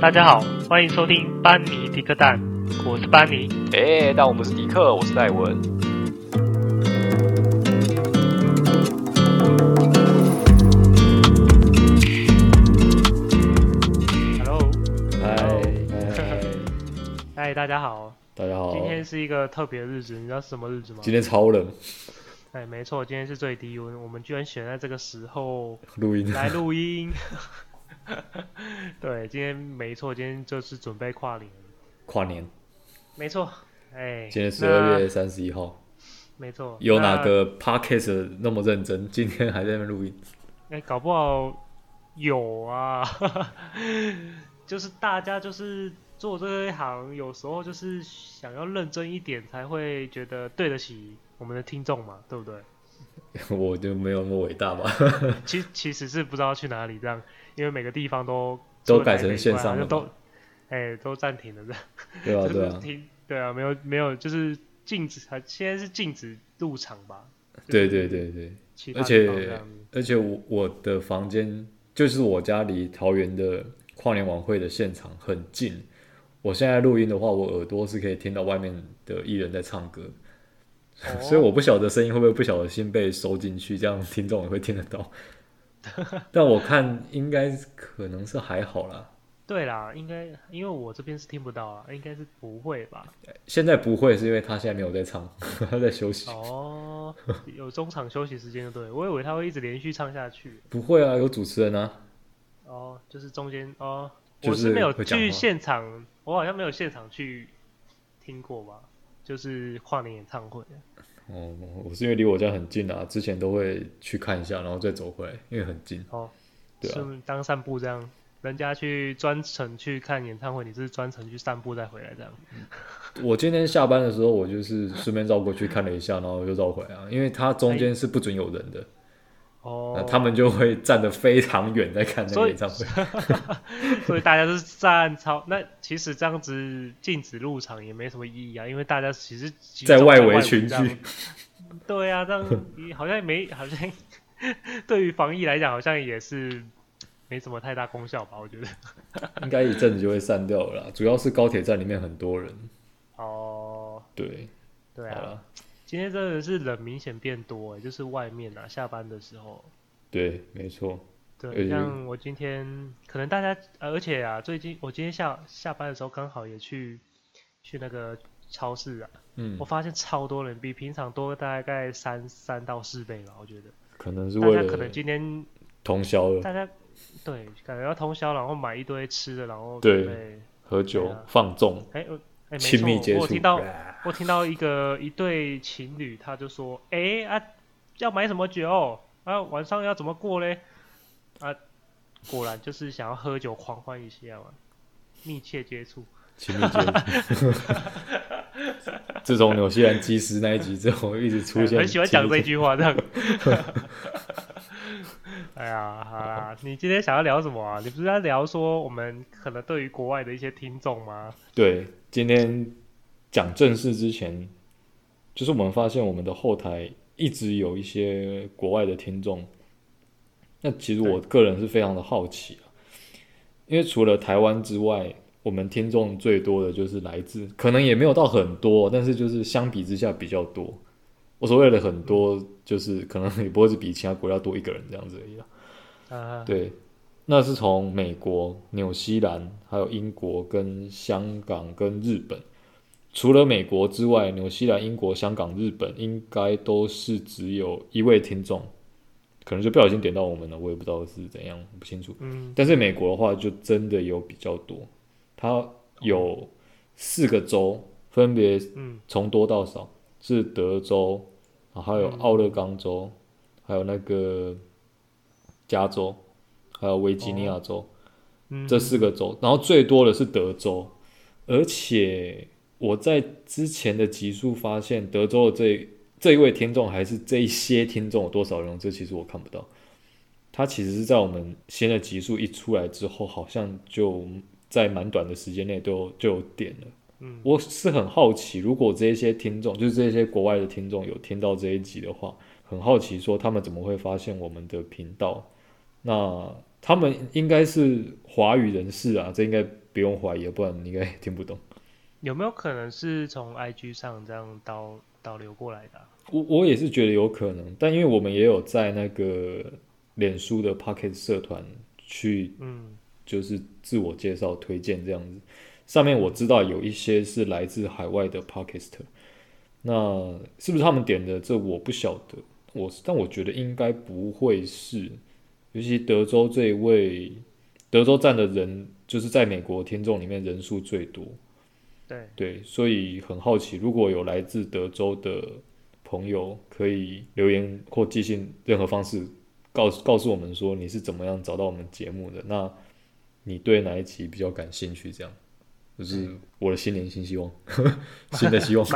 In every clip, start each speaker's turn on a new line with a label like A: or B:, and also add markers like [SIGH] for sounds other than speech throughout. A: 大家好，欢迎收听班尼迪克蛋，我是班尼。
B: 哎、那我们是迪克，我是戴文。
A: Hello，
C: 嗨嗨嗨！
A: [LAUGHS] 嗨，大家好，
C: 大家好，
A: 今天是一个特别的日子，你知道是什么日子吗？
C: 今天超冷，
A: 哎，没错，今天是最低温，我们居然选在这个时候
C: 录音
A: 来录
C: [LAUGHS]
A: 音。对，今天没错，今天就是准备跨年，
C: 跨年，
A: 没错。哎，
C: 今天十
A: 那
C: 二月，三十一号，
A: 没错，
C: 有哪
A: 那？
C: 个 podcast 那么认真？今天还在那边录音？ [LAUGHS]
A: 哎、搞不好有啊， [LAUGHS] 就是大家就是做这一行，有时候就是想要认真一点，才会觉得对得起我们的听众嘛，对不对？
C: 我就没有那么伟大吧？
A: 其其实是不知道去哪里这样，因为每个地方都
C: 都
A: 除了
C: 改
A: 台北
C: 成
A: 以
C: 线
A: 外好
C: 上
A: 像
C: 了嘛
A: 都哎、都暂停了这样，
C: 对啊，
A: 就
C: 对
A: 是 [LAUGHS]
C: 啊，
A: 停对啊，没有没有，就是禁止，还现在是禁止入场吧？
C: 对对对对，
A: 其他
C: 而
A: 地
C: 且
A: 方这样子
C: 而且我我的房间就是我家离桃园的跨年晚会的现场很近。我现在录音的话，我耳朵是可以听到外面的艺人在唱歌，
A: 哦
C: [LAUGHS] 所以我不晓得声音会不会不小心被收进去，这样听众也会听得
A: [LAUGHS]
C: 到。但我看应该可能是还好啦，
A: 对啦，应该因为我这边是听不到啊，应该是不会吧？
C: 现在不会是因为他现在没有在唱， [LAUGHS] 他在休息。
A: 哦，有中场休息时间就对，我以为他会一直连续唱下去。
C: 不会啊，有主持人啊，
A: 哦，就是中间哦，
C: 就
A: 我
C: 是
A: 没有
C: 会讲
A: 去
C: 话
A: 现场，我好像没有现场去听过吧，就是跨年演唱会。
C: 哦，我是因为离我家很近啊，之前都会去看一下，然后再走回来，因为很近。
A: 哦，
C: 对啊
A: 是当散步这样，人家去专程去看演唱会，你是专程去散步再回来这样。
C: 我今天下班的时候，我就是顺便绕过去看了一下，然后又绕回来啊，因为它中间是不准有人的，
A: 哦，
C: 那他们就会站得非常远在看那
A: 所
C: 个
A: 以 [LAUGHS]
C: 演唱会。 [LAUGHS]
A: 所以大家都是站超，那其实这样子禁止入场也没什么意义啊，因为大家其实集中
C: 在
A: 外
C: 外围群
A: 这样
C: 聚。
A: 对啊，这样也好像也没，好像 [LAUGHS] 对于防疫来讲，好像也是没什么太大功效吧？我觉得。
C: 应该一阵子就会散掉了啦。主要是高铁站里面很多人，
A: 哦，
C: 对，
A: 对
C: 好
A: 啊，
C: 了，
A: 今天真的是人明显变多、欸，就是外面啊，下班的时候。
C: 对，没错，
A: 对，
C: 对
A: 像我今天可能大家，呃而且啊，最近我今天下下班的时候刚好也去去那个超市啊，
C: 嗯
A: 我，发现超多人，比平常多大概三三到四倍吧，我觉得。
C: 可能是
A: 大
C: 为
A: 家可能
C: 了
A: 今天
C: 通宵了，
A: 大家对感觉要通宵，然后买一堆吃的，然后
C: 对
A: 准备
C: 喝酒、
A: 对啊
C: 放纵、
A: 哎我哎没
C: 亲密
A: 错
C: 接
A: 我
C: 触啊
A: 听，到我听到一个一对情侣，他就说，哎啊要买什么酒啊晚上要怎么过嘞啊，果然就是想要喝酒狂欢一下嘛，密切接触。
C: 亲密接触。
A: [LAUGHS]
C: 自从纽西兰机师那一集之后，一直出现
A: 很喜欢讲
C: 亲密
A: 这
C: 接
A: 句话，
C: [LAUGHS]
A: 这样。哎呀，好啦，你今天想要聊什么啊？你不是要聊说我们可能对于国外的一些听众吗？
C: 触。对，今天讲正事之前，就是我们发现我们的后台一直有一些国外的听众。那其实我个人是非常的好奇啊，因为除了台湾之外，我们听众最多的就是来自，可能也没有到很多，但是就是相比之下比较多。我所谓的很多，就是可能也不会是比其他国家多一个人这样子而已啦。
A: 啊，
C: 对，那是从美国、纽西兰、还有英国、跟香港、跟日本。除了美国之外，纽西兰、英国、香港、日本应该都是只有一位听众，可能就不小心点到我们了，我也不知道是怎样，不清楚。
A: 嗯，
C: 但是美国的话，就真的有比较多，它有四个州，分别
A: 嗯，
C: 从多到少是德州，然后还有
A: 嗯
C: 奥勒冈州，还有那个加州，还有维吉尼亚州、
A: 嗯，
C: 这四个州，然后最多的是德州，而且我在之前的集数发现，德州的这这一位听众还是这一些听众有多少人，这其实我看不到。他其实是在我们新的集数一出来之后，好像就在蛮短的时间内都有就有点了。
A: 嗯，
C: 我是很好奇，如果这些听众，就是这些国外的听众有听到这一集的话，很好奇说他们怎么会发现我们的频道？那他们应该是华语人士啊，这应该不用怀疑，不然你应该也听不懂。
A: 有没有可能是从 IG 上这样导导流过来的啊、
C: 我我也是觉得有可能，但因为我们也有在那个脸书的 Pocket 社团去
A: 嗯，
C: 就是自我介绍、推荐这样子。上面我知道有一些是来自海外的 Podcast，那是不是他们点的？这我不晓得。我但我觉得应该不会是，尤其德州这一位，德州站的人就是在美国听众里面人数最多，
A: 对，
C: 对，所以很好奇，如果有来自德州的朋友，可以留言或寄信，任何方式告诉告诉我们说你是怎么样找到我们节目的，那你对哪一集比较感兴趣？这样，就是
A: 嗯
C: 我的新年新
A: [LAUGHS]
C: 希望，新的希望，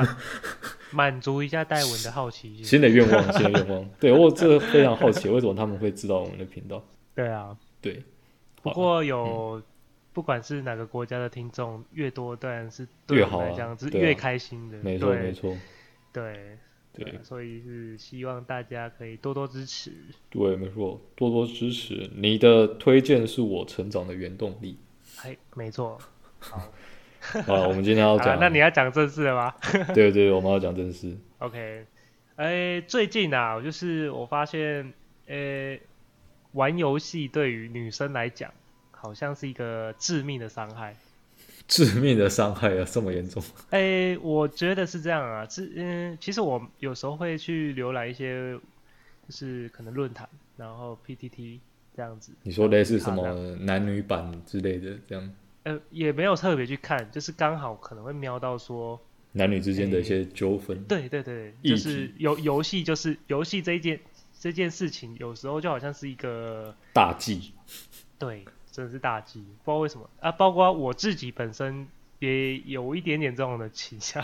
A: 满足一下戴文的好奇心。
C: 新的愿望，新的愿望。对我这非常好奇，为什么他们会知道我们的频道？
A: 对啊，
C: 对，嗯
A: 不过有、不管是哪个国家的听众越多，当然是
C: 越
A: 对我
C: 好
A: 们来
C: 啊
A: 讲是
C: 对啊
A: 越开心的。
C: 没错，没
A: 对
C: 错，
A: 对
C: 对。
A: 啊所以是希望大家可以多多支持。
C: 对，没错，多多支持你的推荐是我成长的原动力。
A: 哎，没错。
C: 好了，我们今天
A: [LAUGHS]
C: 要
A: 好
C: 讲、
A: 啊啦那你要讲正事了吗？
C: 对对对，我们要讲正事。
A: OK，哎、最近啊，我就是我发现，呃、玩游戏对于女生来讲，好像是一个致命的伤害。
C: 致命的伤害啊，这么严重？
A: 哎、我觉得是这样啊，这嗯、其实我有时候会去浏览一些，就是可能论坛，然后 PTT 这样子，
C: [LAUGHS] 你说类似什
A: 好
C: 么
A: 的
C: 男女版之类的，这样
A: 呃，也没有特别去看，就是刚好可能会瞄到说，
C: 男女之间的一些纠纷，
A: 对对对，
C: 议
A: 就是游游戏，就是游戏这一件这件事情，有时候就好像是一个。
C: 大忌。
A: 对，真的是大忌，不知道为什么啊。包括我自己本身也有一点点这种的倾向，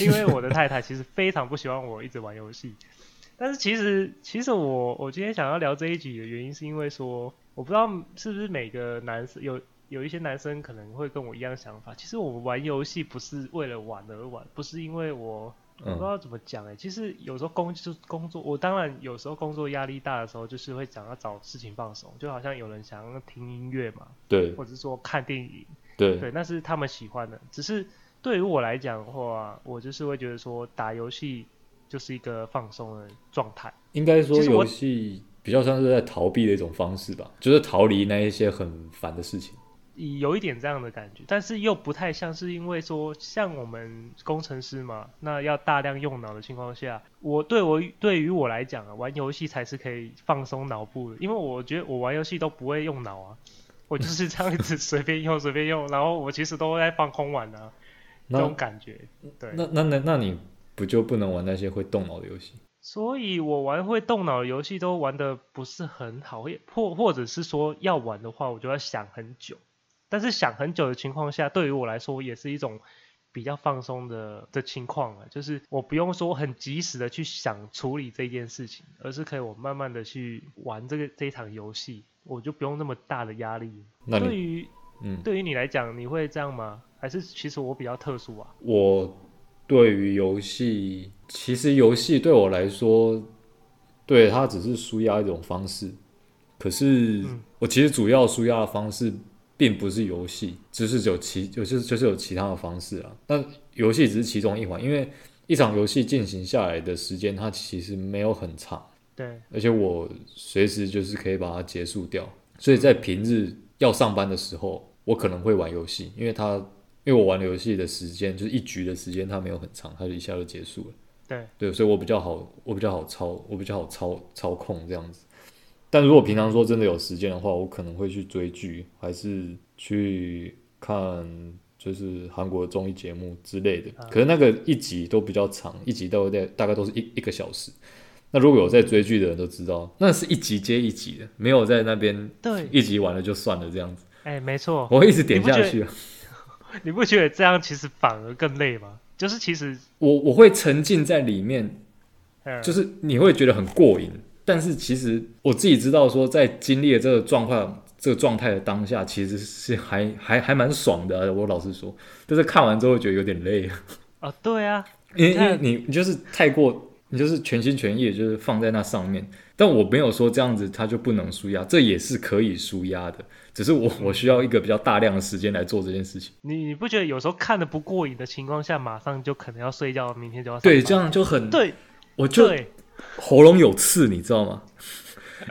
A: 因为我的太太其实非常不喜欢我一直玩游戏。但是其实，其实我我今天想要聊这一集的原因，是因为说，我不知道是不是每个男生有有一些男生可能会跟我一样想法。其实我玩游戏不是为了玩而玩，不是因为我我不知
C: 嗯，
A: 道怎么讲哎、其实有时候工就是工作，我当然有时候工作压力大的时候，就是会想要找事情放松，就好像有人想要听音乐嘛，
C: 对
A: 或者是说看电影，
C: 对
A: 对，那是他们喜欢的。只是对于我来讲的话，我就是会觉得说打游戏就是一个放松的状态。
C: 应该说
A: 其实我
C: 游戏比较像是在逃避的一种方式吧，就是逃离那一些很烦的事情。
A: 有一点这样的感觉，但是又不太像是因为说像我们工程师嘛，那要大量用脑的情况下，我对我对于我来讲啊，玩游戏才是可以放松脑部的，因为我觉得我玩游戏都不会用脑啊，我就是这样子随便用随便用，然后我其实都在放空玩啊，这
C: 那
A: 种感觉，对，
C: 那那那那你不就不能玩那些会动脑的游戏？
A: 所以我玩会动脑的游戏都玩的不是很好，也或或者是说要玩的话，我就要想很久。但是想很久的情况下，对于我来说也是一种比较放松的的情况了，就是我不用说很及时的去想处理这件事情，而是可以我慢慢的去玩这个这一场游戏，我就不用那么大的压力。
C: 那
A: 对
C: 你
A: 于
C: 嗯，
A: 对于你来讲，你会这样吗？还是其实我比较特殊啊？
C: 我对于游戏，其实游戏对我来说，对它只是舒压一种方式。可是
A: 嗯
C: 我其实主要舒压的方式并不是游戏，只是有其就是就是有其他的方式啊。但游戏只是其中一环，因为一场游戏进行下来的时间，它其实没有很长。
A: 对，
C: 而且我随时就是可以把它结束掉。所以在平日要上班的时候，我可能会玩游戏，因为它因为我玩的游戏的时间就是一局的时间，它没有很长，它就一下就结束了。
A: 对
C: 对，所以我比较好，我比较好操，我比较好操操控这样子。但如果平常说真的有时间的话，我可能会去追剧，还是去看就是韩国综艺节目之类的。可是那个一集都比较长，一集都在大概都是一一个小时。那如果有在追剧的人都知道，那是一集接一集的，没有在那边
A: 对，
C: 一集完了就算了这样子。
A: 哎、没错。
C: 我会一直点下去啊，
A: 你不觉得这样其实反而更累吗？就是其实，
C: 我我会沉浸在里面，
A: 嗯，
C: 就是你会觉得很过瘾，但是其实我自己知道说，在经历了这个状况、这个状态的当下，其实是还还还蛮爽的啊、我老实说，但是看完之后会觉得有点累，
A: 哦，对啊，
C: 因为因
A: 那
C: 为你你就是太过你就是全心全意，就是放在那上面。但我没有说这样子他就不能舒压，这也是可以舒压的，只是我我需要一个比较大量的时间来做这件事情。
A: 你你不觉得有时候看的不过瘾的情况下，马上就可能要睡觉，明天就要上
C: 对，
A: 班
C: 这样就很，
A: 对
C: 我就
A: 对
C: 喉咙有刺，你知道 [LAUGHS] 吗？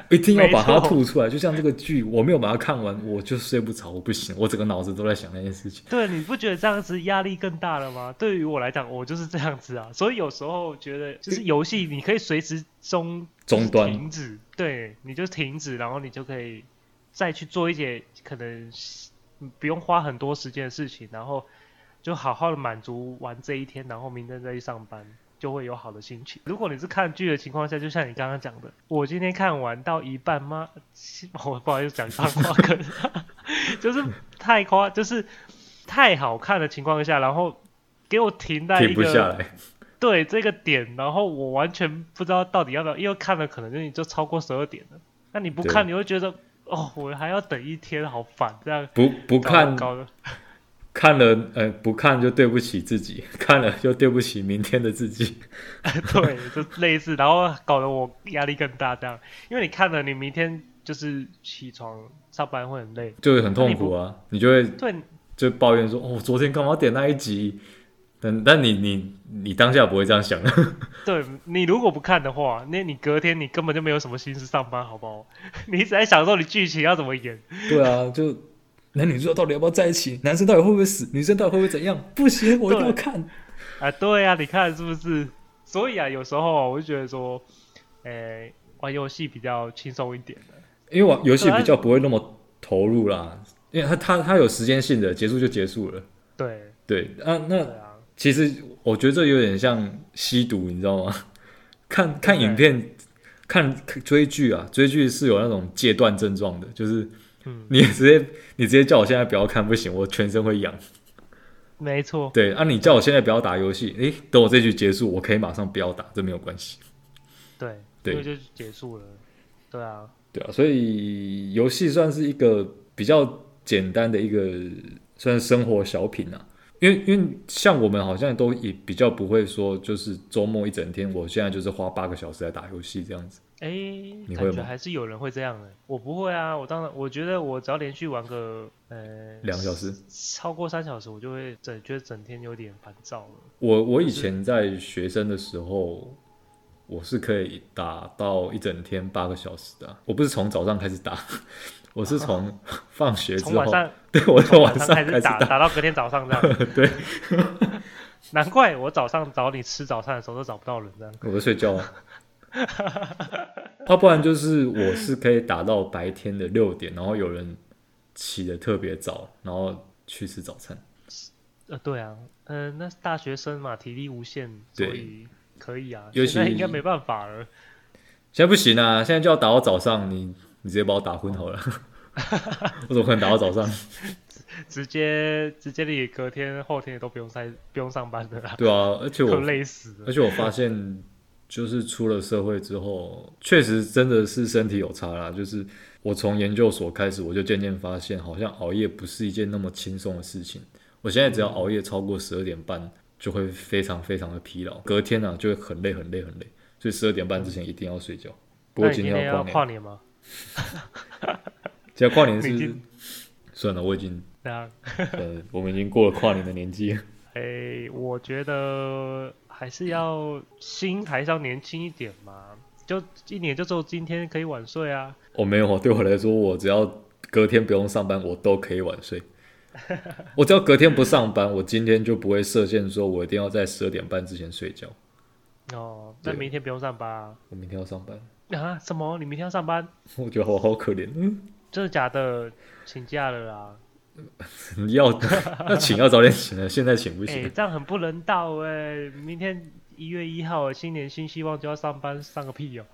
C: 一定要把它
A: 没错
C: 吐出来，就像这个剧，我没有把它看完，我就睡不着，我不行，我整个脑子都在想那件事情。
A: 对，你不觉得这样子压力更大了吗？对于我来讲，我就是这样子啊，所以有时候觉得就是游戏，你可以随时中
C: 终端
A: 停止，对，你就停止，然后你就可以再去做一些可能不用花很多时间的事情，然后就好好的满足完这一天，然后明天再去上班。就会有好的心情。如果你是看剧的情况下，就像你刚刚讲的，我今天看完到一半妈， [LAUGHS] 我哦不好意思讲脏话，可能就是太夸，就是太好看的情况下，然后给我停在一
C: 停不下
A: 个
C: 来，
A: 对这个点，然后我完全不知道到底要不要，因为看了可能就你就超过十二点了，那你不
C: 对
A: 看你会觉得哦，我还要等一天，好烦，这样
C: 不不看
A: 搞的，
C: 看了，呃，不看就对不起自己，看了就对不起明天的自己。 [LAUGHS]
A: [LAUGHS] 对，就类似，然后搞得我压力更大，这样，因为你看了，你明天就是起床上班会很累，
C: 就是很痛苦啊，你就会
A: 对，
C: 就抱怨说，哦，我昨天干嘛点那一集？但但你你你当下不会这样想， [LAUGHS]
A: 对你如果不看的话，那你隔天你根本就没有什么心思上班，好不好？ [LAUGHS] 你一直在想说你剧情要怎么演，
C: 对啊，就男女主角到底要不要在一起？男生到底会不会死？女生到底会不会怎样？不行，我
A: 一定要
C: 看。
A: 啊，对啊，你看是不是？所以啊，有时候啊我就觉得说，诶、玩游戏比较轻松一点的。
C: 因为玩游戏比较不会那么投入啦，因为它它它有时间性的，结束就结束了。
A: 对，
C: 对啊，那
A: 对啊，
C: 其实我觉得这有点像吸毒，你知道吗？ [LAUGHS] 看看影片，看看追剧啊，追剧是有那种戒断症状的，就是
A: 嗯，
C: 你直接你直接叫我现在不要看不行，我全身会痒。
A: 没错，
C: 对啊，你叫我现在不要打游戏，诶，等我这局结束，我可以马上不要打，这没有关系。
A: 对，
C: 对
A: 因为就结束了。对啊，
C: 对啊，所以游戏算是一个比较简单的一个算是生活小品啊。因为因为像我们好像都也比较不会说，就是周末一整天，我现在就是花八个小时来打游戏这样子。
A: 哎、
C: 你会
A: 感觉
C: 吗
A: 还是有人会这样的、我不会啊，我当然，我觉得我只要连续玩个呃
C: 两个小时。
A: 超过三小时，我就会整觉得整天有点烦躁了。
C: 我我以前在学生的时候，我是可以打到一整天八个小时的啊、我不是从早上开始打， [LAUGHS] 我是从放学之
A: 从
C: 后
A: 晚，上
C: 对我哦从
A: 从
C: 晚
A: 晚
C: 上
A: 上
C: 开
A: 开
C: 始
A: 始打，
C: 打。
A: 打到隔天早上这
C: [LAUGHS]
A: 样。对， [LAUGHS] 难怪我早上找你吃早餐的时候都找不到人这样。
C: 我在睡觉啊。 [LAUGHS] 要、不然就是我是可以打到白天的六点，然后有人起得特别早，然后去吃早餐。
A: 呃，对啊，嗯、那大学生嘛，体力无限，所
C: 对
A: 以可以啊。
C: 尤
A: 现在
C: 其
A: 应该没办法了。
C: 现在不行啊，现在就要打到早上，你你直接把我打昏好了。 [LAUGHS] 我怎么可能打到早上？
A: 直接直接你隔天后天也都不用上不用上班的啦，
C: 对啊，而且我
A: [LAUGHS] 都累死了。
C: 而且我发现，就是出了社会之后，确实真的是身体有差啦。就是我从研究所开始，我就渐渐发现，好像熬夜不是一件那么轻松的事情。我现在只要熬夜超过十二点半，就会非常非常的疲劳，隔天啊就会很累很累很累。所以十二点半之前一定要睡觉。不
A: 那
C: 过
A: 你
C: 今
A: 今
C: 天
A: 天
C: 要
A: 要
C: 跨年，
A: 跨年吗？
C: 今天跨年是
A: 你
C: 不
A: 已
C: 是
A: 经
C: 算了，我已经
A: 对啊，
C: 呃，我们已经过了跨年的年纪了。
A: 诶、哎我觉得还是要心还是要年轻一点嘛，就一年就只有今天可以晚睡啊。
C: 我、哦没有，对我来说，我只要隔天不用上班，我都可以晚
A: [LAUGHS]
C: 睡。我只要隔天不上班，我今天就不会设限，说我一定要在十二点半之前睡觉。
A: 哦，那
C: 对
A: 明天不用上班啊？
C: 我明天要上班，
A: 啊？什么？你明天要上班？
C: 我觉得我好可怜。嗯
A: 真的假的？请假了啦？
C: 嗯 [LAUGHS] 要那请要早点请啊，现在请不
A: 哎、
C: 行。
A: 这样很不人道哎、明天一月一号，新年新希望就要上班，上个屁哦、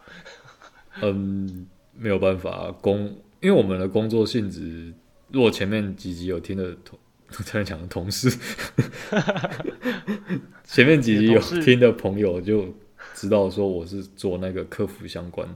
C: 嗯，没有办法，工因为我们的工作性质，如果前面几集有听的同， [LAUGHS] 突然讲的
A: [LAUGHS]
C: 同事，前面几集
A: 你的
C: 有
A: 同事
C: 听的朋友就知道说我是做那个客服相关的。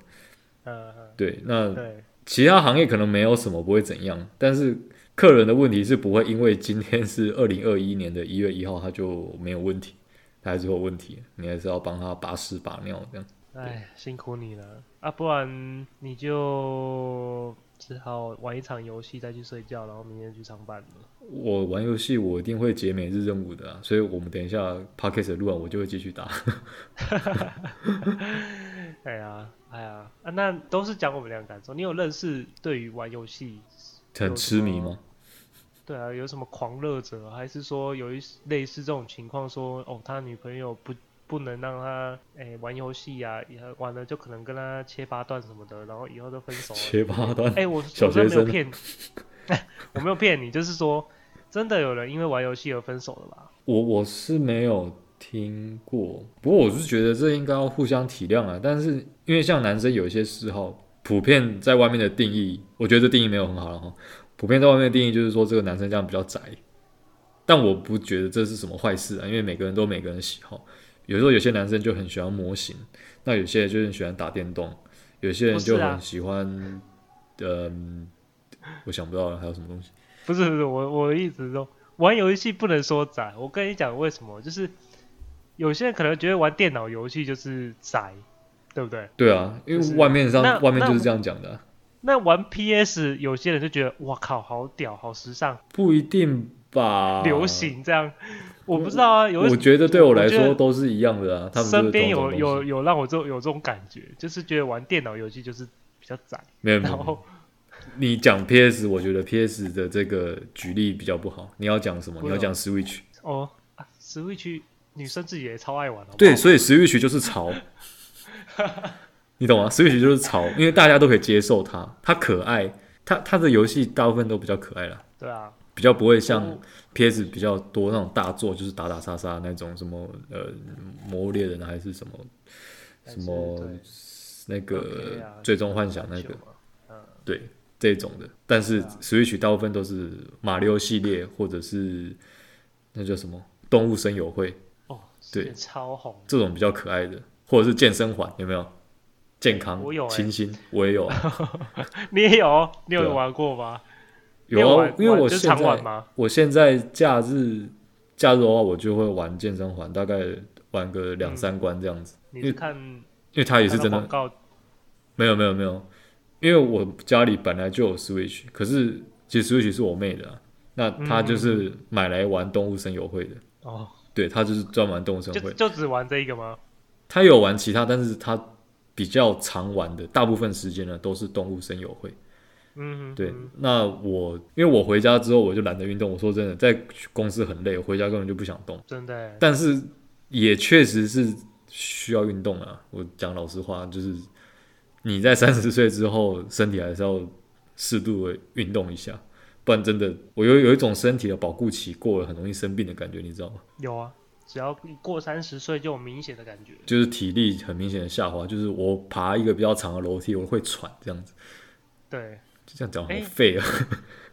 A: 呃，
C: 对，那
A: 对，
C: 其他行业可能没有什么不会怎样，但是客人的问题是不会因为今天是二零二一年的一月一号，他就没有问题。他还是有问题，你还是要帮他把屎把尿这样。
A: 哎，辛苦你了啊！不然你就只好玩一场游戏再去睡觉，然后明天去上班了。
C: 我玩游戏我一定会解每日任务的、啊，所以我们等一下 podcast 录完我就会继续打。
A: 哎呀，哎呀，啊，那都是讲我们俩感受。你有认识对于玩游戏，
C: 很痴迷吗？
A: 对啊，有什么狂热者，还是说有一类似这种情况，说哦，他女朋友不不能让他哎玩游戏啊，以后玩了就可能跟他切八段什么的，然后以后就分手了。
C: 切八段
A: 哎、我
C: 小
A: 我真的
C: 学
A: 没有
C: 生
A: 骗你， [LAUGHS] 我没有骗你，就是说真的有人因为玩游戏而分手的吧？
C: 我我是没有听过，不过我是觉得这应该要互相体谅啊。但是因为像男生有一些嗜好，普遍在外面的定义，我觉得这定义没有很好了哈。普遍在外面的定义就是说这个男生这样比较宅，但我不觉得这是什么坏事啊，因为每个人都有每个人的喜好。有时候有些男生就很喜欢模型，那有些人就是喜欢打电动，有些人
A: 不是
C: 就
A: 啊
C: 很喜欢，嗯、我想不到了还有什么东西。
A: 不是不是，我我的意思是说，玩游戏不能说宅。我跟你讲为什么，就是有些人可能觉得玩电脑游戏就是宅，对不对？
C: 对啊，因
A: 就是
C: 为外面上
A: 那
C: 外面
A: 那
C: 就是这样讲的啊、
A: 那玩 PS，有些人就觉得哇靠，好屌，好时尚，
C: 不一定吧，
A: 流。行这样。我不知道啊，有
C: 啊我觉得对我来
A: 我觉
C: 说
A: 得
C: 都是一样的啊，他们就是
A: 身边有
C: 同一
A: 有
C: 种东西
A: 有让我这有这种感觉，就是觉得玩电脑游戏就是比较宅，
C: 没有没有
A: 然
C: 没有，
A: 后
C: 你讲 PS，我觉得 PS 的这个举例比较不好。你要讲什么？
A: 不
C: 你
A: 是
C: 要讲 Switch，
A: 哦、啊、，Switch 女生自己也超爱玩哦。
C: 对，所以 Switch 就
A: [LAUGHS]
C: 是潮，你懂吗？Switch 就是潮，因为大家都可以接受它，它可爱，它它的游戏大部分都比较可爱啦，
A: 对啊，
C: 比较不会像
A: 我
C: PS 比较多那种大作，就是打打杀杀那种什么呃《魔物猎人》啊还是什么
A: 还
C: 什
A: 是
C: 么
A: 对
C: 那个
A: OK 啊
C: 《最终幻想》那个
A: 就。嘛嗯，
C: 对这种的。但是
A: 对啊
C: Switch 大部分都是马里奥系列，或者是那叫什么动物声友会
A: 哦，
C: 对
A: 也超红。
C: 这种比较可爱的，或者是健身环，有没有？健康，
A: 我有欸
C: 清新，我也有
A: [LAUGHS]
C: 啊，
A: 你也有，你
C: 对
A: 有
C: 啊
A: 玩过吗？
C: 有
A: 你有
C: 啊
A: 玩，
C: 因为
A: 玩
C: 我
A: 就是
C: 现
A: 常玩
C: 在
A: 吗？
C: 我现在假日假日的话，我就会玩健身环，大概玩个两
A: 嗯
C: 三关这样子，
A: 你
C: 因为
A: 是看
C: 因为它也是
A: 看到
C: 真的
A: 广告
C: 没有没有没有，因为我家里本来就有 Switch，可是其实 Switch 是我妹的啊、那她就是
A: 嗯
C: 买来玩动物声友会的，
A: 哦，
C: 对她就是专门玩动物声友
A: 就
C: 会。
A: 就只玩这一个吗？
C: 她有玩其他，但是她比较常玩的，大部分时间呢都是动物声友会。
A: 嗯，
C: 对
A: 嗯，
C: 那我因为我回家之后我就懒得运动，我说真的，在公司很累，我回家根本就不想动。
A: 真的欸。
C: 但是也确实是需要运动啊。我讲老实话，就是你在三十岁之后，身体还是要适度的运动一下，不然真的我有有一种身体的保护期过了，很容易生病的感觉，你知道吗？
A: 有啊，只要一过三十岁就有明显的感觉。
C: 就是体力很明显的下滑，就是我爬一个比较长的楼梯，我会喘这样子，
A: 对，
C: 就这样讲
A: 哎
C: 好废啊。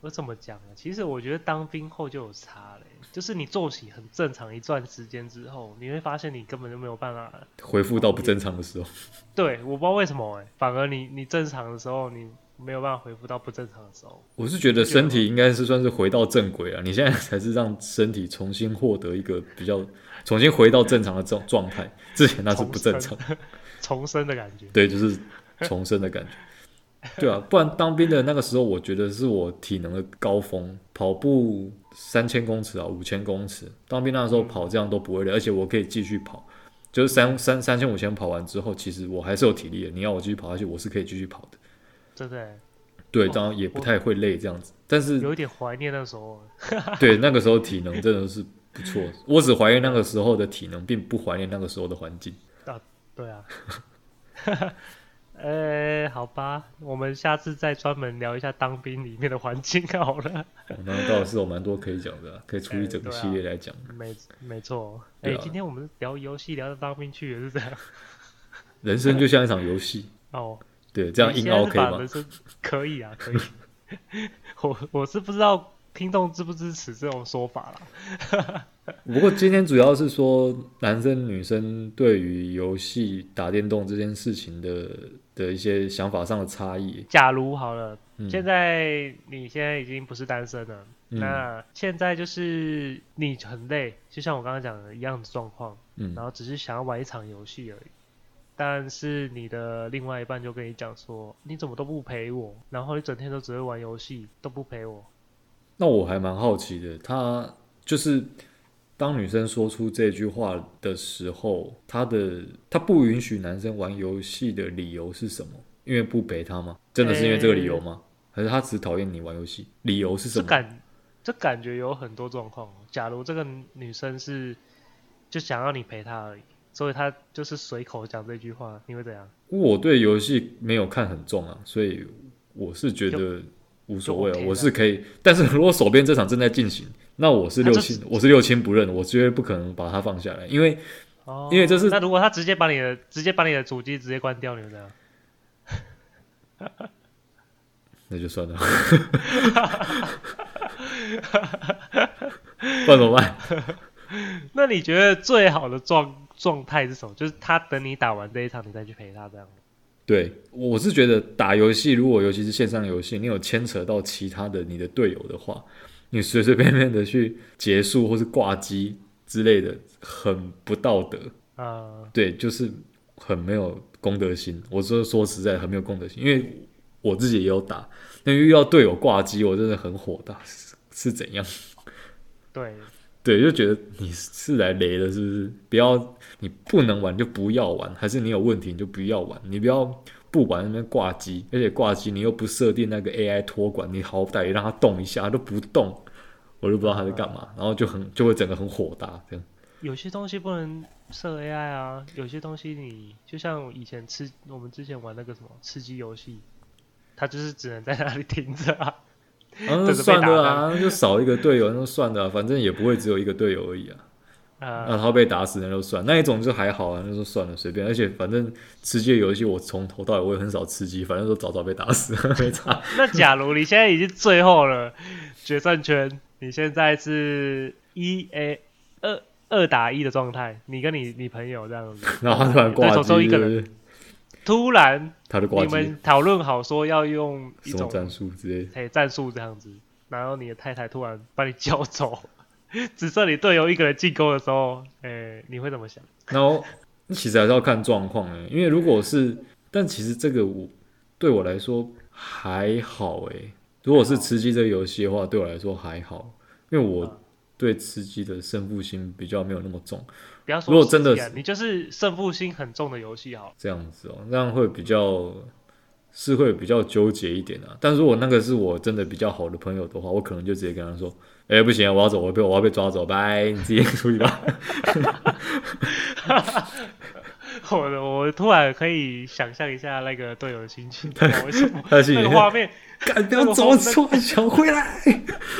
A: 我怎么讲呢？其实我觉得当兵后就有差嘞、就是你作息很正常一段时间之后，你会发现你根本就没有办法。
C: 恢复到不正常的时候，
A: 对，我不知道为什么哎、反而你你正常的时候，你没有办法恢复到不正常的时候。
C: 我是觉得身体应该是算是回到正轨啊了。你现在才是让身体重新获得一个比较，重新回到正常的状状态，之前那是不正常的。
A: 重生的感觉。
C: 对，就是重生的
A: [LAUGHS]
C: 感觉。对啊，不然当兵的那个时候，我觉得是我体能的高峰，跑步三千公尺啊，五千公尺。当兵那时候跑这样都不会累，而且我可以继续跑，就是三三三千五千跑完之后，其实我还是有体力的。你要我继续跑下去，我是可以继续跑的。
A: 真的欸、
C: 对，
A: 哦
C: 当然也不
A: 我
C: 太会累这样子，但是
A: 有一点怀念那时候欸。
C: 对那个时候体能真的是不错。我只怀念那个时候的体能，并不怀念那个时候的环境。
A: 对啊。 [LAUGHS] 呃、好吧，我们下次再专门聊一下当兵里面的环境好了。
C: 哦那倒是有蛮多可以讲的啊、可以出一
A: 哎
C: 整个
A: 对啊
C: 系列来讲。
A: 没没错，哎、
C: 对啊
A: 今天我们聊游戏聊到当兵去也是这样。
C: 人生就像一场游戏。
A: 哦，
C: 对，这样
A: 你
C: 硬
A: 现在
C: 凹
A: 是
C: 可以
A: 把
C: 吗
A: 人？生可以啊，可以。 [LAUGHS] 我我是不知道听众支不支持这种说法啦。
C: 不过今天主要是说男生女生对于游戏打电动这件事情的的一些想法上的差异。
A: 假如好了，
C: 嗯，
A: 现在你现在已经不是单身了，
C: 嗯
A: 那现在就是你很累，就像我刚刚讲的一样的状况，
C: 嗯
A: 然后只是想要玩一场游戏而已。但是你的另外一半就跟你讲说，你怎么都不陪我，然后你整天都只会玩游戏，都不陪我。
C: 那我还蛮好奇的，她就是当女生说出这句话的时候，她的她不允许男生玩游戏的理由是什么？因为不陪她吗？真的是因为这个理由吗？还是她只讨厌你玩游戏？理由是什
A: 这
C: 么？
A: 感这感觉有很多状况哦。假如这个女生是就想要你陪她而已，所以她就是随口讲这句话，你会怎样？
C: 我对游戏没有看很重啊，所以我是觉得无所谓、
A: 就
C: 啊，
A: OK
C: 我是可以。但是如果手边这场正在进行，那我是
A: 那
C: 六
A: 啊这
C: 亲，我是六亲不认，我绝对不可能把它放下来，因为
A: 哦，
C: 因为这是
A: 那如果她直接把你的直接把你的主机直接关掉，你会怎样？
C: 那就算了， [LAUGHS] 不然怎么办？
A: 那你觉得最好的状状态是什么？就是她等你打完这一场，你再去陪她这样。
C: 对，我是觉得打游戏，如果尤其是线上游戏，你有牵扯到其他的你的队友的话，你随随便便的去结束或是挂机之类的，很不道德。
A: 呃，
C: 对，就是很没有公德心。我说说实在很没有公德心，因为我自己也有打，那遇到队友挂机，我真的很火大，是是怎样？ [LAUGHS]
A: 对，
C: 对，就觉得你是来雷的，是不是？不要，你不能玩就不要玩，还是你有问题你就不要玩，你不要不玩那边挂机，而且挂机你又不设定那个 AI 托管，你好歹也让它动一下，它都不动，我就不知道它在干嘛，然后就很就会整个很火大这样。
A: 有些东西不能设 AI 啊，有些东西你就像以前吃我们之前玩那个什么吃鸡游戏，它就是只能在那里 [LAUGHS] 停着啊。
C: 啊，那
A: 等着被
C: 算
A: 打
C: 的啊，那就少一个队友，那就算的、啊，反正也不会只有一个队友而已啊。
A: 呃，
C: 那他被打死那就算，那一种就还好啊，那就算了，随便。而且反正吃鸡的游戏，我从头到尾我也很少吃鸡，反正都早早被打死， [LAUGHS] 没差。
A: [LAUGHS] 那假如你现在已经最后了，决胜圈，你现在是一 A 二二打一的状态，你跟你你朋友这样子，
C: 然后他突然挂
A: 对手
C: 机，
A: 中一个
C: 是不
A: 人
C: 是？
A: 突然
C: 他就挂
A: 你
C: 机，
A: 们讨论好说要用一
C: 什么
A: 种
C: 战术之类的。
A: 哎战术这样子，然后你的太太突然把你叫走，只剩你队友一个人进攻的时候，哎、你会怎么想？
C: 然后那其实还是要看状况诶，因为如果是，但其实这个我对我来说还好诶。如果是吃鸡这个游戏的话，对我来说还好，因为我对吃鸡的胜负心比较没有那么重。
A: 不要说
C: 如果真的
A: 吃鸡啊你就是胜负心很重的游戏好了，
C: 这样子哦，那样会比较是会比较纠结一点啊。但如果那个是我真的比较好的朋友的话，我可能就直接跟他说：“哎、不行，我要走，我要被我要被抓走，拜，你自己处理吧。
A: 我的我突然可以想象一下那个队友的心情，不知道为什
C: [LAUGHS]
A: 么”
C: 他心
A: 那
C: 里
A: 个画面，
C: 敢不要走，说想回来，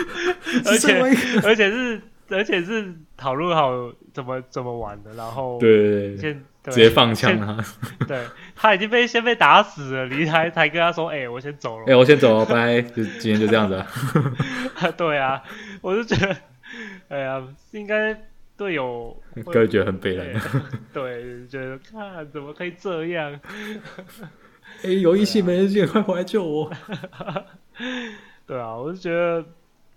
A: [LAUGHS] 而且
C: 身为一个
A: 而且是而且是讨论好怎么怎么玩的，然后
C: 对对对，
A: 先对
C: 直接放枪啊！
A: 先对他已经被先被打死了，你还才跟他说，哎、我先走了
C: [LAUGHS] 哎、。我先走了，拜，就今天就这样子啊。 [LAUGHS]
A: 啊， [LAUGHS] 对啊，我就觉得，哎呀，应该队友
C: 各位
A: 会
C: 觉得很悲
A: 对
C: 凉。
A: [LAUGHS] 对，觉得看怎么可以这样？
C: [LAUGHS] 哎、有异性没人性，快回来救我！
A: 对啊，我就觉得，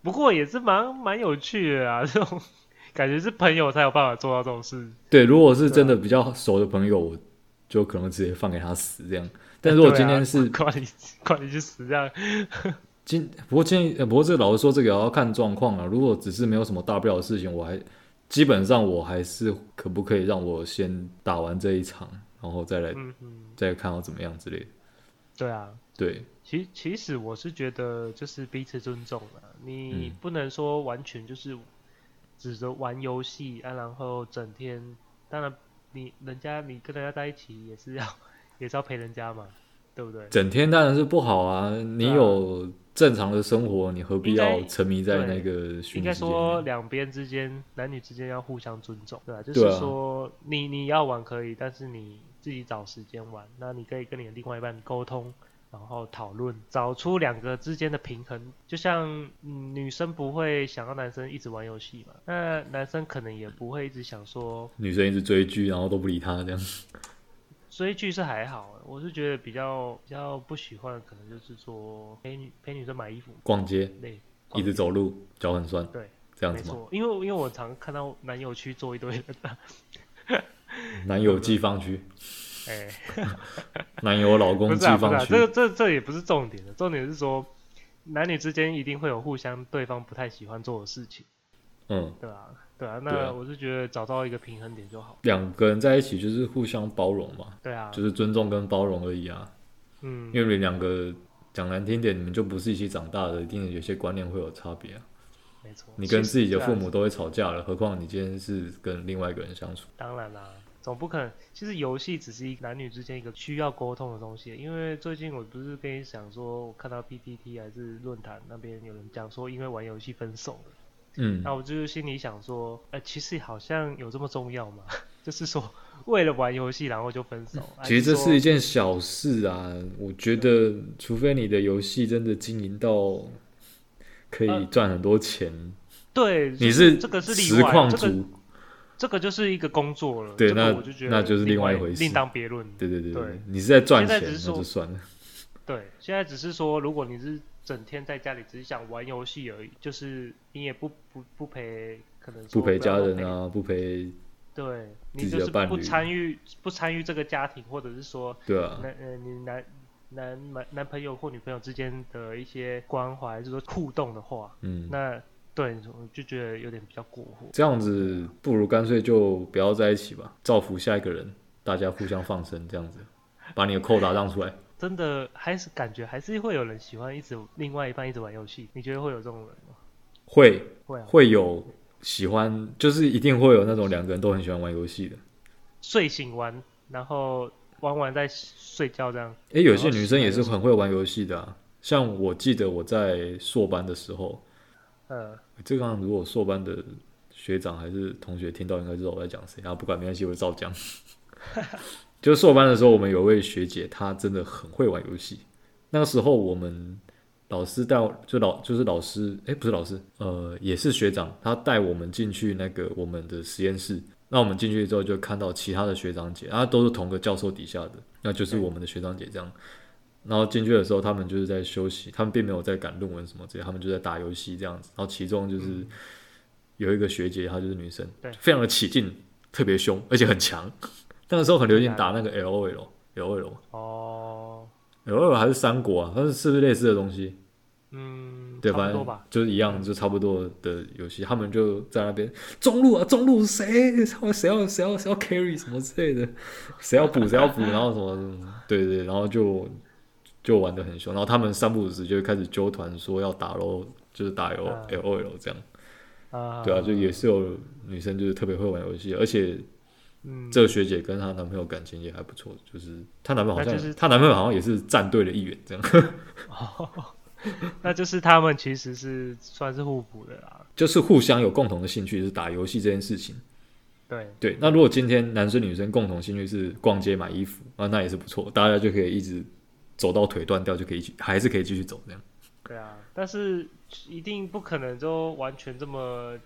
A: 不过也是蛮蛮有趣的啊， [LAUGHS] 这种感觉是朋友才有办法做到这种事。
C: [LAUGHS]
A: [LAUGHS]
C: 对，啊如果是真的比较熟的朋友，我就可能直接放给他死这样。但如果
A: 对
C: 今
A: 啊
C: 天是
A: 管你管你去死这样，
C: 今不过建议，呃不过这个老实说，这个也要看状况啊。如果只是没有什么大不了的事情，我还基本上我还是可不可以让我先打完这一场，然后再来、
A: 嗯嗯，
C: 再看我怎么样之类的。
A: 对啊。
C: 对，
A: 其其实我是觉得就是彼此尊重啊，你
C: 嗯
A: 不能说完全就是指着玩游戏啊，然后整天，当然你人家你跟人家在一起也是要 [LAUGHS] 也是要陪人家嘛，对不对？
C: 整天当然是不好啊。你有正常的生活，你何必
A: 应该
C: 要沉迷在那个虚
A: 应
C: 拟
A: 该
C: 世界里面
A: 说两边之间男女之间要互相尊重，对吧、就
C: 对啊
A: 是说你你要玩可以，但是你自己找时间玩，那你可以跟你的另外一半沟通。然后讨论，找出两个之间的平衡。就像、嗯女生不会想要男生一直玩游戏嘛，那男生可能也不会一直想说，
C: 女生一直追剧，然后都不理他这样？
A: 追剧是还好，我是觉得比较比较不喜欢的，可能就是说陪女陪女生买衣服
C: 逛街，
A: 类，
C: 一直走路，脚很酸，
A: 哦对，
C: 这样
A: 没
C: 子吗？
A: 错，因为因为我常看到男友去做一堆的， [LAUGHS]
C: 男友寄放区，
A: 哎、
C: 男友老公
A: 不
C: 寄
A: 是啊不是
C: 放
A: 啊，
C: 区
A: 这，个这这也不是重点的，重点是说男女之间一定会有互相对方不太喜欢做的事情，
C: 嗯，
A: 对啊，对啊，
C: 对啊
A: 那我是觉得找到一个平衡点就好，
C: 两个人在一起就是互相包容嘛，
A: 对啊，
C: 就是尊重跟包容而已啊。
A: 嗯，
C: 因为你两个讲难听点，你们就不是一起长大的，一定有些观念会有差别啊。
A: 没错，
C: 你跟
A: 其实
C: 自己的
A: 对啊
C: 父母都会吵架了，何况你今天是跟另外一个人相处。
A: 当然啦，总不可能。其实游戏只是一个男女之间一个需要沟通的东西。因为最近我不是跟你讲说，我看到 PPT 还是论坛那边有人讲说，因为玩游戏分手了。
C: 嗯
A: 那我就是心里想说，呃，其实好像有这么重要吗？ [LAUGHS] 就是说，为了玩游戏然后就分手？还
C: 嗯其实这是
A: 说
C: 一件小事啊，我觉得，除非你的游戏真的经营到可以
A: 呃
C: 赚很多钱，
A: 对，
C: 你
A: 就是这个是
C: 实
A: 例外，
C: 况
A: 这
C: 族，
A: 个这个就是一个工作了。
C: 对
A: 这个
C: 那
A: 我就觉得
C: 那就是另
A: 另
C: 外一回事
A: 另当别论。
C: 对对对
A: 对
C: 你是在赚钱，
A: 现在只
C: 那
A: 是说
C: 就算了。
A: 对，现在只是说，如果你是整天在家里只是想玩游戏而已，就是你也不不不陪，可能
C: 不
A: 说
C: 陪
A: 要
C: 家
A: 说
C: 人
A: 陪，
C: 啊，不陪，
A: 对
C: 自
A: 你
C: 己
A: 就
C: 的
A: 是
C: 伴
A: 不
C: 侣
A: 参与不参与这个家庭，或者是说
C: 对啊，
A: 男呃你男男男男朋友或女朋友之间的一些关怀，就是说互动的话，
C: 嗯，
A: 那对我就觉得有点比较过火。
C: 这样子不如干脆就不要在一起吧，造福下一个人，大家互相放生，这样子，把你的扣打让出来。
A: 真的还是感觉还是会有人喜欢一直另外一半一直玩游戏，你觉得会有这种人吗？
C: 会
A: 会啊，
C: 会有喜欢，就是一定会有那种两个人都很喜欢玩游戏的。
A: 睡醒玩，然后玩完再睡觉这样。
C: 诶，有些
A: 然后
C: 女
A: 喜
C: 生
A: 欢
C: 也
A: 游
C: 是
A: 戏
C: 很会玩游戏的、啊，像我记得我在硕班的时候，
A: 呃，
C: 这个如果硕班的学长还是同学听到，应该知道我在讲谁啊。不管没关系，我照讲。 [LAUGHS] 就硕班的时候，我们有位学姐，她真的很会玩游戏。那个时候我们老师带我，就老就是老师，诶，不是老师，呃，也是学长，他带我们进去那个我们的实验室。那我们进去之后就看到其他的学长姐，啊，都是同个教授底下的，那就是我们的学长姐这样。然后进去的时候，他们就是在休息，他们并没有在赶论文什么之类，他们就在打游戏这样子。然后其中就是有一个学姐，她就是女生，
A: 对
C: 非常的起劲，特别凶，而且很强。 [LAUGHS] 那个时候很流行打那个 L O L L O L
A: 哦，
C: L O L 还是三国啊，它是是不是类似的东西？
A: 嗯，
C: 对，
A: 差
C: 反
A: 不多
C: 正
A: 吧。嗯
C: 就是一样，就差不多的游戏。他们就在那边中路啊，中路谁他们谁要谁要谁要 carry 什么之类的，谁
A: [LAUGHS]
C: 要补谁要补，然后什么什么，对对，然后就就玩的很凶。然后他们三不五时就会开始纠团，说要打喽，就是打 L
A: 啊
C: L O L 这样。
A: 啊，
C: 对啊，就也是有女生就是特别会玩游戏，而且
A: 嗯，
C: 这个学姐跟她男朋友感情也还不错，就是她男朋友好像
A: 那就是
C: 她男朋友好像也是战队的一员这样。
A: 嗯 [LAUGHS] 那就是他们其实是算是互补的啦。
C: 就是互相有共同的兴趣，就是打游戏这件事情。
A: 对，
C: 对，那如果今天男生女生共同兴趣是逛街买衣服啊，那也是不错，大家就可以一直走到腿断掉，就可以一起，还是可以继续走这样。
A: 对啊，但是一定不可能就完全这么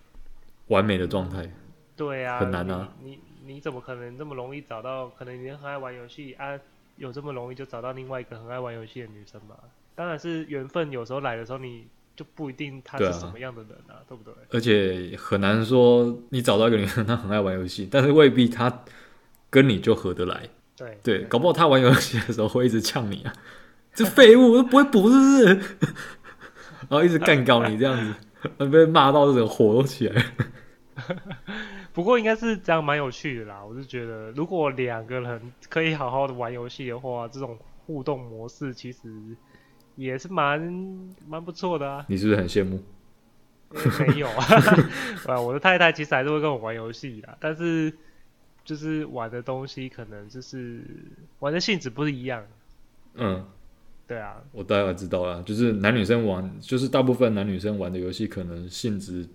C: 完美的状态，
A: 对啊，
C: 很难啊
A: 你。你你怎么可能这么容易找到？可能你很爱玩游戏啊，有这么容易就找到另外一个很爱玩游戏的女生嘛？当然是缘分，有时候来的时候你就不一定她
C: 对
A: 是
C: 啊
A: 什么样的人啊，对不对？
C: 而且很难说你找到一个女生，她很爱玩游戏，但是未必她跟你就合得来。
A: 对
C: 对，搞不好她玩游戏的时候会一直呛你啊， [LAUGHS] 这废物我都不会补，是不是？然后一直干搞你这样 [LAUGHS] 子，被骂到这种火都起来了。。
A: 不过应该是这样蛮有趣的啦，我是觉得如果两个人可以好好的玩游戏的话，这种互动模式其实也是蛮蛮不错的啊
C: 你是不是很羡慕？
A: 诶
C: [LAUGHS]
A: 没有啊，啊，我的太太其实还是会跟我玩游戏啦，但是就是玩的东西可能就是玩的性质不是一样，
C: 嗯，
A: 对啊，
C: 我大概知道了，就是男女生玩，就是大部分男女生玩的游戏，可能性质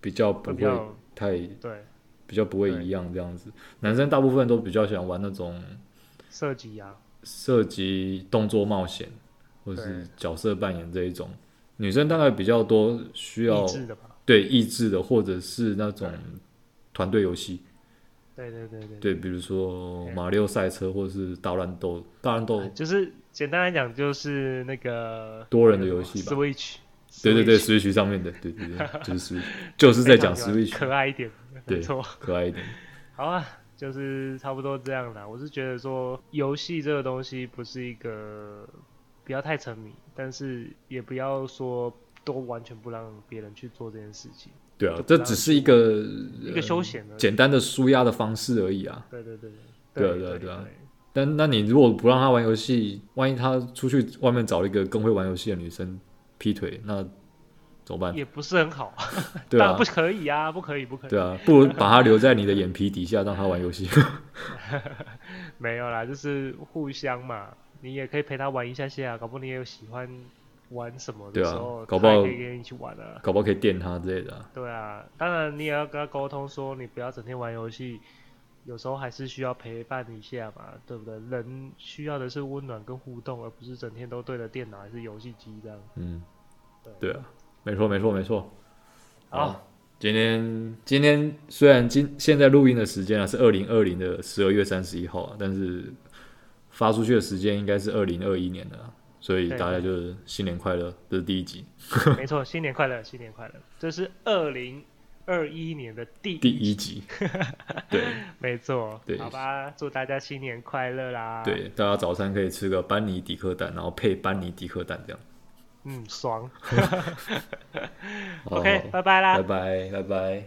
C: 比较不
A: 会比
C: 会
A: 较
C: 太
A: 对
C: 比较不会一样这样子。男生大部分都比较喜欢玩那种
A: 射击啊，
C: 涉及动作冒险或是
A: 对
C: 角色扮演这一种，女生大概比较多需要
A: 益智的吧，
C: 对益智的，或者是那种团队游戏。
A: 对对对对，
C: 对，比如说马六赛车或者是大乱斗，大乱斗
A: 啊就是简单来讲，就是那个
C: 多人的游戏吧
A: Switch，
C: 对对对
A: Switch，
C: ，Switch 上面的，对对对，
A: [LAUGHS]
C: 就是 Switch，就是在讲
A: 非常喜
C: Switch，
A: 欢可爱一点，
C: 对
A: 没错。
C: 可爱一点。
A: 好啊，就是差不多这样啦。我是觉得说，游戏这个东西不是一个不要太沉迷，但是也不要说都完全不让别人去做这件事情，
C: 对啊
A: 就，不
C: 这
A: 让
C: 只是一个呃
A: 一个休闲而已。
C: 简单的舒压的方式而已啊。
A: 对对对
C: 对啊
A: 对
C: 对啊
A: 对
C: 对啊但那你如果不让他玩游戏，万一他出去外面找了一个更会玩游戏的女生劈腿，那怎么办？
A: 也不是很好，
C: 对
A: [LAUGHS] 当
C: 啊
A: 然不，可以啊，不可以，不可以。
C: 对啊，不如把他留在你的眼皮底下，让他玩游戏。 [LAUGHS]
A: 没有啦，就是互相嘛，你也可以陪他玩一下下啊，搞不好你也有喜欢玩什么的
C: 对啊
A: 时候，
C: 搞不好
A: 他也可以跟你一起玩啊。
C: 搞不好可以电他之类的啊、
A: 对啊，当然你也要跟他沟通说，你不要整天玩游戏，有时候还是需要陪伴一下嘛，对不对？人需要的是温暖跟互动，而不是整天都对着电脑还是游戏机这样。
C: 嗯，对啊，没错，没错，没错。
A: 好，
C: 今天今天虽然今现在录音的时间啊是二零二零的十二月三十一号啊，但是发出去的时间应该是二零二一年的、啊，所以
A: 对
C: 大家就是新年快乐，这是第一集，
A: 没错，新年快乐，新年快乐！这是二零二一年的第
C: 第
A: [LAUGHS]
C: 一集。对
A: 没错，
C: 对
A: 好吧，祝大家新年快乐啦！，
C: 对，大家早餐可以吃个班尼迪克蛋，然后配班尼迪克蛋这样。
A: 嗯，爽。
C: 好
A: OK，拜拜啦
C: 拜。拜拜拜。